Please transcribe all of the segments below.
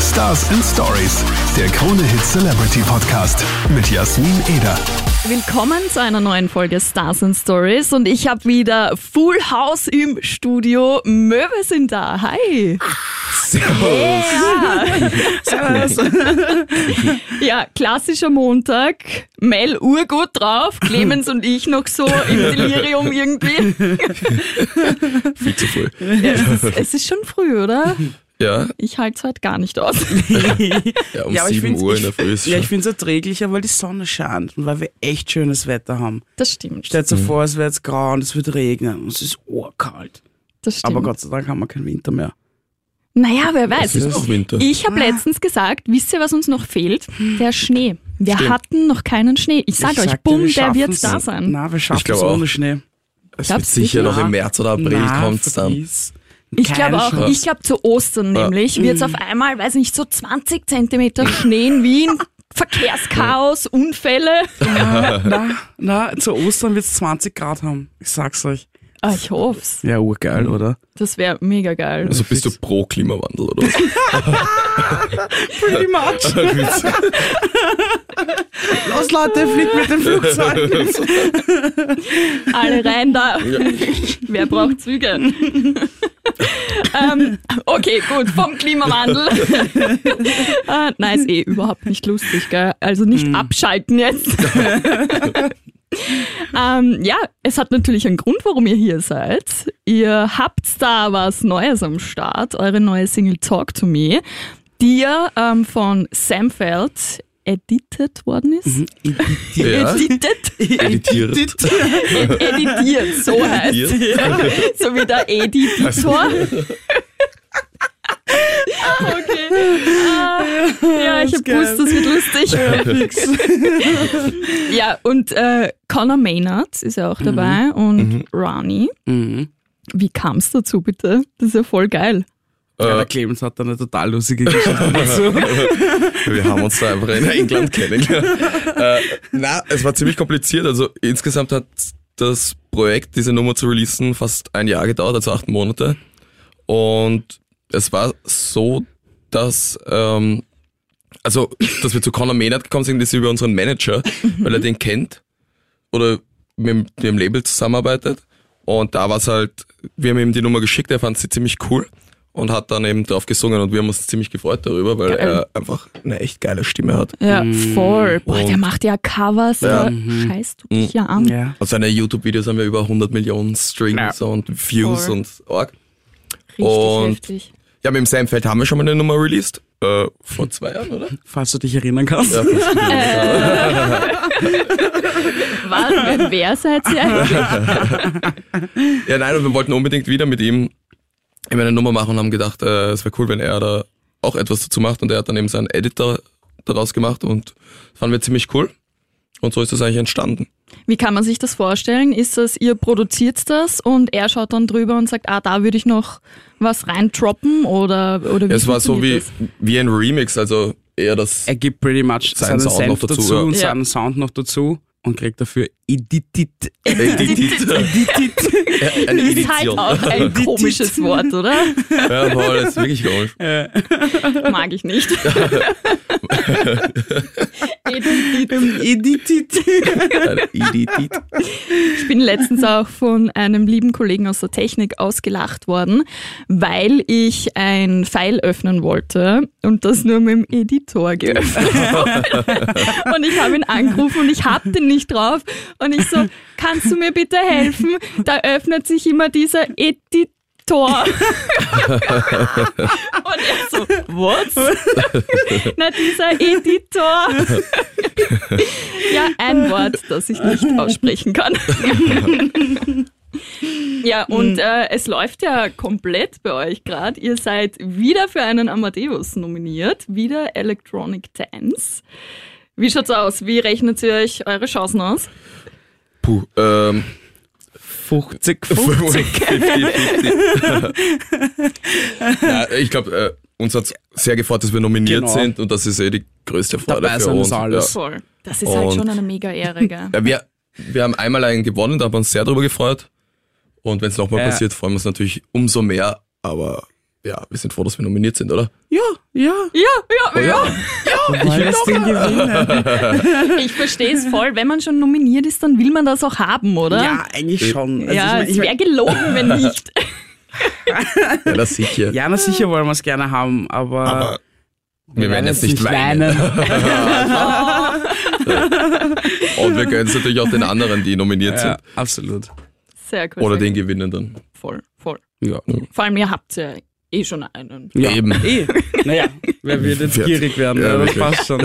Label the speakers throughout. Speaker 1: Stars and Stories, der Krone Hit Celebrity Podcast mit Jasmin Eder.
Speaker 2: Willkommen zu einer neuen Folge Stars and Stories und ich habe wieder Full House im Studio. Möwe sind da. Hi.
Speaker 3: Servus.
Speaker 2: Ja, klassischer Montag. Mel urgut drauf, Clemens und ich noch so im Delirium irgendwie.
Speaker 3: Viel zu früh.
Speaker 2: Ja, es, ist, es ist schon früh, oder?
Speaker 3: Ja,
Speaker 2: Ich halte es heute gar nicht aus.
Speaker 3: ja um
Speaker 4: Ja, aber ich
Speaker 3: 7
Speaker 4: find's-
Speaker 3: Uhr
Speaker 4: ich-
Speaker 3: in der Früh ist
Speaker 4: Ja,
Speaker 3: schon.
Speaker 4: ich finde es erträglicher, weil die Sonne scheint und weil wir echt schönes Wetter haben.
Speaker 2: Das stimmt.
Speaker 4: Stellt
Speaker 3: Mhm.
Speaker 4: euch vor, es wäre jetzt grau und es wird regnen und es ist urkalt.
Speaker 2: Das stimmt.
Speaker 4: Aber Gott sei Dank haben wir keinen Winter mehr.
Speaker 2: Naja, wer
Speaker 3: es ist
Speaker 2: weiß.
Speaker 3: auch Winter.
Speaker 2: Ich habe letztens gesagt, wisst ihr, was uns noch fehlt? Der Schnee. Wir
Speaker 3: Stimmt.
Speaker 2: hatten noch keinen Schnee. Ich sage euch,
Speaker 4: sagte,
Speaker 2: bumm,
Speaker 4: wir
Speaker 2: der
Speaker 4: schaffen's.
Speaker 2: wird da sein.
Speaker 4: Na, wir schaffen es
Speaker 3: glaube auch.
Speaker 4: ohne Schnee.
Speaker 3: es wird
Speaker 2: glaub's
Speaker 3: sicher
Speaker 2: nicht,
Speaker 3: noch im März oder April
Speaker 4: Na,
Speaker 3: kommt's dann.
Speaker 4: vergiss.
Speaker 2: Ich
Speaker 4: Keine
Speaker 2: glaube auch,
Speaker 4: Chance.
Speaker 2: ich glaube zu Ostern
Speaker 3: Ja.
Speaker 2: nämlich wird es auf einmal, weiß nicht, so 20 Zentimeter Schnee in Wien, Verkehrschaos, Unfälle.
Speaker 4: Na, na, na, zu Ostern wird es 20 Grad haben. Ich sag's euch.
Speaker 2: Ah, ich hoff's.
Speaker 4: Ja, urgeil, oder?
Speaker 2: Das wäre mega geil.
Speaker 3: Also bist du pro Klimawandel oder was?
Speaker 4: Pretty much. Los, Leute, fliegt mit dem Flugzeug.
Speaker 2: Alle rein da. Wer braucht Züge? ähm, okay, gut, vom Klimawandel. äh, nein, ist eh überhaupt nicht lustig, gell? Also nicht abschalten jetzt. ähm, ja, es hat natürlich einen Grund, warum ihr hier seid. Ihr habt da was Neues am Start, eure neue Single Talk to Me, die ja ähm, von Samfeld edited worden ist.
Speaker 3: Ja.
Speaker 2: Edited?
Speaker 3: Editiert.
Speaker 2: Editiert, Also, so heißt
Speaker 3: Editiert.
Speaker 2: so wie der Editor. Ah, okay. Ah, ja, ich habe
Speaker 4: geil.
Speaker 2: gewusst, das wird lustig. ja, und äh, Connor Maynard ist ja auch dabei und Rani.
Speaker 4: Mhm.
Speaker 2: Wie kam es dazu bitte? Das ist ja voll geil.
Speaker 4: Ja,
Speaker 3: Äh,
Speaker 4: der Clemens hat da eine total lustige Geschichte dazu.
Speaker 3: Wir haben uns da einfach in England kennengelernt. äh, na, es war ziemlich kompliziert. Also insgesamt hat das Projekt, diese Nummer zu releasen, fast ein Jahr gedauert, also acht Monate. Und es war so, dass ähm, also, dass wir zu Conor Maynard gekommen sind, ist über unseren Manager, weil
Speaker 4: Mhm.
Speaker 3: er den kennt oder mit dem- dem Label zusammenarbeitet. Und da war es halt, wir haben ihm die Nummer geschickt, er fand sie ziemlich cool und hat dann eben drauf gesungen und wir haben uns ziemlich gefreut darüber, weil er einfach eine echt geile Stimme hat.
Speaker 2: Ja, voll. Mhm. Boah, der
Speaker 3: Und-
Speaker 2: macht ja Mhm. Covers, da scheißt du dich ja an.
Speaker 4: ja.
Speaker 3: Und Also seine YouTube-Videos haben wir über 100 Millionen Streams
Speaker 4: Ja.
Speaker 3: und Views
Speaker 2: Voll.
Speaker 3: und Org.
Speaker 2: Richtig
Speaker 3: Und-
Speaker 2: heftig.
Speaker 3: Ja, mit dem Samfeld haben wir schon mal eine Nummer released. Äh, vor zwei Jahren, oder?
Speaker 4: Falls du dich erinnern kannst.
Speaker 3: Ja,
Speaker 2: Was, wer, wer seid ihr eigentlich?
Speaker 3: Ja, nein, und wir wollten unbedingt wieder mit ihm eben eine Nummer machen und haben gedacht, äh, es wäre cool, wenn er da auch etwas dazu macht. Und er hat dann eben seinen Editor daraus gemacht und das fanden wir ziemlich cool. Und so ist das eigentlich entstanden.
Speaker 2: Wie kann man sich das vorstellen? Ist das, ihr produziert das und er schaut dann drüber und sagt, ah, da würde ich noch was reintroppen oder, oder wie
Speaker 3: es war so wie,
Speaker 2: funktioniert
Speaker 3: wie ein Remix, also eher das.
Speaker 4: Er gibt pretty much
Speaker 3: Seinen
Speaker 4: seinen,
Speaker 3: Sound
Speaker 4: Senf
Speaker 3: noch dazu,
Speaker 4: dazu,
Speaker 3: ja.
Speaker 4: und
Speaker 2: Ja.
Speaker 4: seinen Sound noch dazu und kriegt dafür Editit.
Speaker 3: Editor.
Speaker 4: Editit.
Speaker 3: Eine
Speaker 2: Das ist halt
Speaker 3: Edition.
Speaker 2: auch ein komisches Wort, oder?
Speaker 3: Ja, voll, das ist wirklich komisch.
Speaker 2: Mag ich nicht. ich
Speaker 4: Editit.
Speaker 3: Ein Editit.
Speaker 2: bin letztens auch von einem lieben Kollegen aus der Technik ausgelacht worden, weil ich ein File öffnen wollte und das nur mit dem Editor geöffnet habe. Und ich habe ihn angerufen und ich hab den nicht drauf. Und ich so, kannst du mir bitte helfen? Da öffnet sich immer dieser Editor. und er so, was? Na, dieser Editor. ja, ein Wort, das ich nicht aussprechen kann. ja, und äh, es läuft ja komplett bei euch gerade. Ihr seid wieder für einen Amadeus nominiert, wieder Electronic Dance. Wie schaut's aus? Wie rechnet ihr euch eure Chancen aus?
Speaker 3: Puh, ähm,
Speaker 4: 50, 50.
Speaker 3: 50-50. ja, ich glaube, äh, uns hat sehr gefreut, dass wir nominiert
Speaker 4: Genau.
Speaker 3: sind und das ist eh die größte Freude
Speaker 4: Dabei
Speaker 3: für
Speaker 4: sein ist
Speaker 3: uns.
Speaker 4: alles.
Speaker 3: Ja.
Speaker 2: Voll. Das ist halt
Speaker 3: Und-
Speaker 2: schon eine mega Ehre, gell?
Speaker 3: Ja, wir, wir haben einmal einen gewonnen, da haben wir uns sehr darüber gefreut. Und wenn es nochmal
Speaker 4: Ja.
Speaker 3: passiert, freuen wir uns natürlich umso mehr. Aber ja, wir sind froh, dass wir nominiert sind, oder?
Speaker 4: Ja, ja.
Speaker 2: Ja,
Speaker 3: Oh
Speaker 2: ja, ja.
Speaker 5: Weil das Ding gewinnen.
Speaker 2: Ich verstehe es voll. Wenn man schon nominiert ist, dann will man das auch haben, oder?
Speaker 4: Ja, eigentlich schon. Also
Speaker 2: ja,
Speaker 4: ich mein, ich
Speaker 2: es
Speaker 4: mein,
Speaker 2: wäre gelogen, wenn nicht.
Speaker 3: Ja, das sicher.
Speaker 4: ja, na sicher wollen wir es gerne haben, aber,
Speaker 3: Aber wir werden jetzt nicht weinen. Und wir gönnen es natürlich auch den anderen, die nominiert
Speaker 4: Ja,
Speaker 3: sind.
Speaker 4: absolut.
Speaker 2: Sehr cool.
Speaker 3: Oder
Speaker 2: sehr
Speaker 3: den Gewinnenden.
Speaker 2: cool. Voll, voll.
Speaker 4: Ja.
Speaker 2: Vor allem, ihr habt ja eh schon einen.
Speaker 4: Ja.
Speaker 3: Eben.
Speaker 4: Eh. Naja, wer wird jetzt
Speaker 3: Wird.
Speaker 4: gierig werden?
Speaker 3: Ja,
Speaker 4: Ja, das
Speaker 3: wirklich.
Speaker 4: passt schon.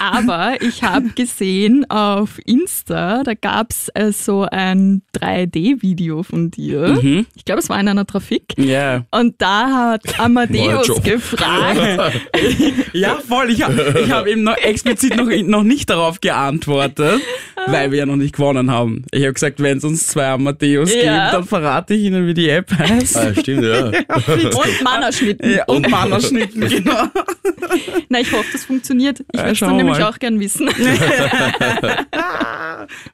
Speaker 2: Aber ich habe gesehen auf Insta, da gab es äh, so ein 3D-Video von dir.
Speaker 4: Mhm.
Speaker 2: Ich glaube, es war in einer Trafik.
Speaker 4: Ja.
Speaker 2: Und da hat
Speaker 3: Neuer
Speaker 2: Amadeus
Speaker 3: Job.
Speaker 2: gefragt.
Speaker 4: ja, voll. Ich habe ich hab eben noch explizit noch, noch nicht darauf geantwortet, weil wir ja noch nicht gewonnen haben. Ich habe gesagt, wenn es uns zwei Amadeus
Speaker 2: Ja.
Speaker 4: gibt, dann verrate ich Ihnen, wie die App heißt.
Speaker 3: Ah, stimmt, ja.
Speaker 2: Und Mannerschnitten.
Speaker 4: Ja, Äh, und Mannerschnitten, genau.
Speaker 2: Na, ich hoffe, das funktioniert. Ich
Speaker 4: Ja,
Speaker 2: würde es
Speaker 4: schauen
Speaker 2: dann
Speaker 4: wir
Speaker 2: nämlich
Speaker 4: mal.
Speaker 2: auch gern wissen. Äh,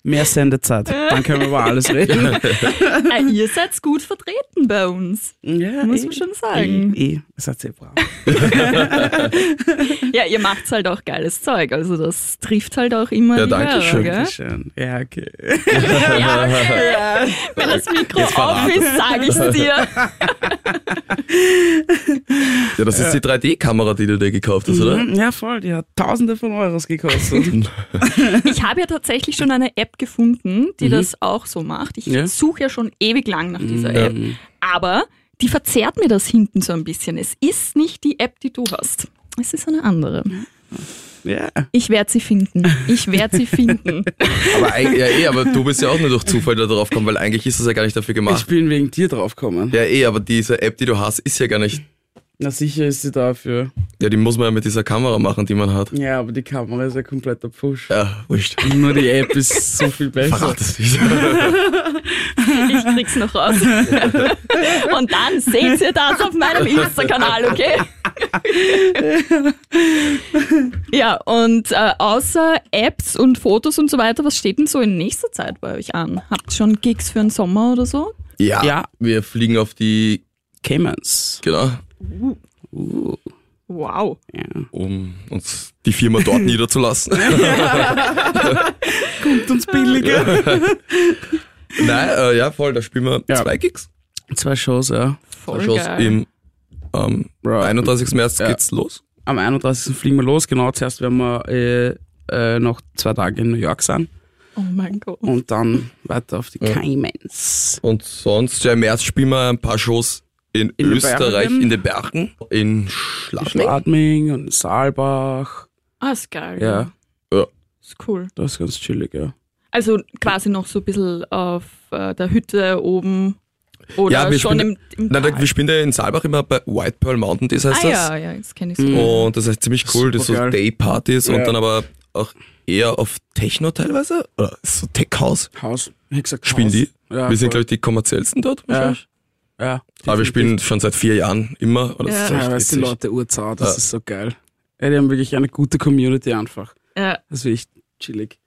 Speaker 4: Mehr Sendezeit. Dann können wir über alles reden.
Speaker 2: Ah, ihr seid gut vertreten bei uns,
Speaker 4: Ja,
Speaker 2: muss
Speaker 4: eh.
Speaker 2: man schon sagen.
Speaker 4: Eh, eh. Das hat sie brav.
Speaker 2: Ja, ihr macht halt auch geiles Zeug. Also das trifft halt auch immer
Speaker 3: Ja,
Speaker 2: die
Speaker 3: danke
Speaker 2: Hörer,
Speaker 3: schön.
Speaker 2: gell?
Speaker 4: Dankeschön. Ja, okay.
Speaker 2: Ja, okay. Wenn das Mikro auf ist, sage ich dir.
Speaker 3: Ja, das ist die 3D-Kamera, die du dir gekauft hast, oder?
Speaker 4: Mhm. Ja, voll. Die hat tausende von Euros gekostet.
Speaker 2: Ich habe ja tatsächlich schon eine App gefunden, die das auch so macht. Ich
Speaker 4: Ja.
Speaker 2: suche ja schon ewig lang nach dieser
Speaker 3: Ja.
Speaker 2: App. Aber die verzerrt mir das hinten so ein bisschen. Es ist nicht die App, die du hast. Es ist eine andere.
Speaker 4: Ja.
Speaker 2: Ich werde sie finden. Ich werde sie finden.
Speaker 3: Aber eig- ja, eh, aber du bist ja auch nur durch Zufall da drauf gekommen, weil eigentlich ist das ja gar nicht dafür
Speaker 4: Ich
Speaker 3: gemacht.
Speaker 4: bin wegen dir draufgekommen.
Speaker 3: Ja, eh, aber diese App, die du hast, ist ja gar nicht.
Speaker 4: Na sicher ist sie dafür.
Speaker 3: Ja, die muss man ja mit dieser Kamera machen, die man hat.
Speaker 4: Ja, aber die Kamera ist ja kompletter Push.
Speaker 3: Ja, wurscht.
Speaker 4: Nur die App ist so viel besser.
Speaker 3: Verrat es nicht.
Speaker 2: Ich krieg's noch raus. Und dann seht ihr das auf meinem Insta-Kanal, okay? Ja, und äh, außer Apps und Fotos und so weiter, was steht denn so in nächster Zeit bei euch an? Habt ihr schon Gigs für den Sommer oder so?
Speaker 3: Ja,
Speaker 4: Ja.
Speaker 3: wir fliegen auf die,
Speaker 4: Caymans.
Speaker 3: genau,
Speaker 4: Uh,
Speaker 2: Wow.
Speaker 4: ja.
Speaker 3: um uns die Firma dort niederzulassen.
Speaker 4: Kommt uns billiger.
Speaker 3: Nein, äh, ja, voll, da spielen wir
Speaker 4: Ja.
Speaker 3: zwei Gigs.
Speaker 4: Zwei Shows, ja.
Speaker 2: Voll
Speaker 3: Shows
Speaker 2: geil.
Speaker 3: Also im ähm,
Speaker 4: Bro.
Speaker 3: 31. März
Speaker 4: Ja.
Speaker 3: geht's los.
Speaker 4: Am 31. fliegen wir los. Genau, zuerst werden wir äh, äh, noch zwei Tage in New York sein.
Speaker 2: Oh mein Gott.
Speaker 4: Und dann weiter auf die Caymans.
Speaker 3: Und sonst, ja, im März spielen wir ein paar Shows in,
Speaker 4: In den
Speaker 3: Österreich,
Speaker 4: Bergen.
Speaker 3: in den Bergen, in Schladming.
Speaker 4: Schladming und Saalbach.
Speaker 2: Ah, ist geil.
Speaker 4: Ja,
Speaker 2: Ist cool.
Speaker 4: das ist ganz chillig, ja.
Speaker 2: Also quasi noch so ein bisschen auf äh, der Hütte oben oder
Speaker 3: Ja, wir
Speaker 2: schon im, im
Speaker 3: spielen- Nein, da- wir spielen ja in Saalbach immer bei White Pearl Mountain, das heißt
Speaker 2: Ah
Speaker 3: das. Oh.
Speaker 2: ja, ja, Mhm. jetzt kenne ich es.
Speaker 3: Und das ist echt ziemlich cool, das ist so
Speaker 4: Supergeil.
Speaker 3: Day-Partys
Speaker 4: Ja.
Speaker 3: und dann aber auch eher auf Techno teilweise. Oder so Tech-House
Speaker 4: Haus. Ich hab gesagt,
Speaker 3: spielen
Speaker 4: Haus.
Speaker 3: die.
Speaker 4: Ja,
Speaker 3: wir sind, glaube
Speaker 4: voll.
Speaker 3: ich, die kommerziellsten dort wahrscheinlich.
Speaker 4: Ja.
Speaker 3: aber wir spielen schon seit vier Jahren immer. Und das
Speaker 2: Ja.
Speaker 3: ist echt
Speaker 4: Ja, weißt du, die
Speaker 3: witzig.
Speaker 4: Leute Urzau, das
Speaker 3: Ja.
Speaker 4: ist so geil. Ja, die haben wirklich eine gute Community einfach.
Speaker 2: Ja.
Speaker 4: Das ist wirklich chillig.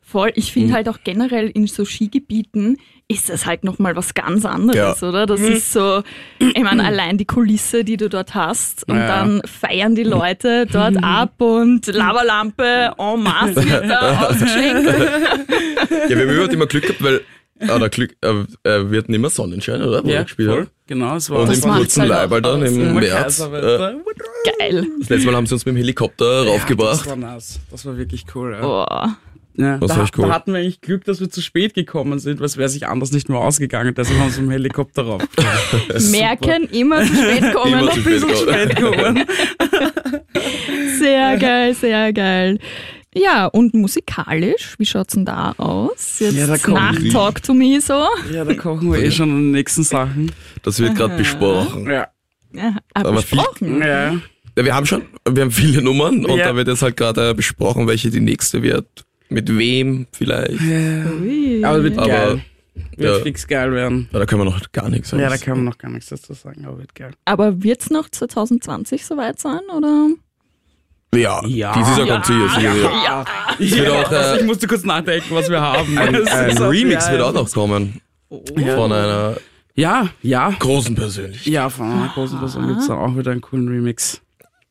Speaker 2: Voll, ich finde halt auch generell in so Skigebieten ist das halt nochmal was ganz anderes, oder? Das ist so, ich meine, allein die Kulisse, die du dort hast und
Speaker 4: Ja.
Speaker 2: dann feiern die Leute dort ab und Lavalampe en masse wird da ausgeschenkt.
Speaker 3: Ja, wir haben überhaupt immer Glück gehabt, weil oder Glück, äh, äh, wir hatten immer Sonnenschein, oder? Wo wir gespielt haben.
Speaker 4: Genau, es war
Speaker 3: Und
Speaker 2: Das
Speaker 3: im
Speaker 2: macht's
Speaker 3: kurzen
Speaker 2: halt auch
Speaker 3: Leiberl dann
Speaker 2: aus,
Speaker 3: im
Speaker 2: ja.
Speaker 3: März. Äh,
Speaker 2: Geil.
Speaker 3: das letzte Mal haben sie uns mit dem Helikopter
Speaker 4: Das
Speaker 3: raufgebracht.
Speaker 4: war nass. Das war wirklich cool. Ja.
Speaker 2: Boah.
Speaker 4: Ja,
Speaker 3: Das
Speaker 4: da,
Speaker 3: war echt cool.
Speaker 4: da hatten wir eigentlich Glück, dass wir zu spät gekommen sind, weil es wäre sich anders nicht mehr ausgegangen. Deshalb haben sie mit dem Helikopter rauf.
Speaker 2: Merken, immer zu spät kommen.
Speaker 3: Immer zu spät.
Speaker 4: spät gekommen.
Speaker 2: Sehr geil, sehr geil. Ja, und musikalisch, wie schaut's denn da aus? Jetzt
Speaker 4: Ja, da kommt
Speaker 2: nach
Speaker 3: die-
Speaker 2: Talk to Me so.
Speaker 4: Ja, da kochen wir eh schon an den nächsten Sachen.
Speaker 3: Das wird gerade besprochen.
Speaker 4: Ja.
Speaker 2: Ja,
Speaker 3: Aber viel-
Speaker 2: besprochen.
Speaker 4: Ja.
Speaker 3: Ja, wir haben schon, wir haben viele Nummern und
Speaker 4: Ja.
Speaker 3: da wird jetzt halt gerade äh, besprochen, welche die nächste wird. Mit wem vielleicht.
Speaker 2: Ui.
Speaker 4: Aber wird
Speaker 3: Aber-
Speaker 4: geil. Wird
Speaker 3: Ja.
Speaker 4: fix geil werden.
Speaker 3: Ja, da können wir noch gar nichts sagen.
Speaker 4: Ja, da kann man noch gar nichts dazu sagen, aber wird geil.
Speaker 2: Aber wird's noch 2020 soweit sein, oder?
Speaker 3: ja,
Speaker 4: Ja.
Speaker 3: dieses Jahr kommt sie. jetzt. Ja. wird auch, äh,
Speaker 4: ich musste kurz nachdenken, was wir haben.
Speaker 3: Ein,
Speaker 4: Es
Speaker 3: ein
Speaker 4: ist auch
Speaker 3: Remix
Speaker 4: geil.
Speaker 3: wird auch noch kommen. Von einer
Speaker 4: Ja, ja.
Speaker 3: Großen persönlich.
Speaker 4: Ja, von einer großen Person gibt es dann auch wieder einen coolen Remix.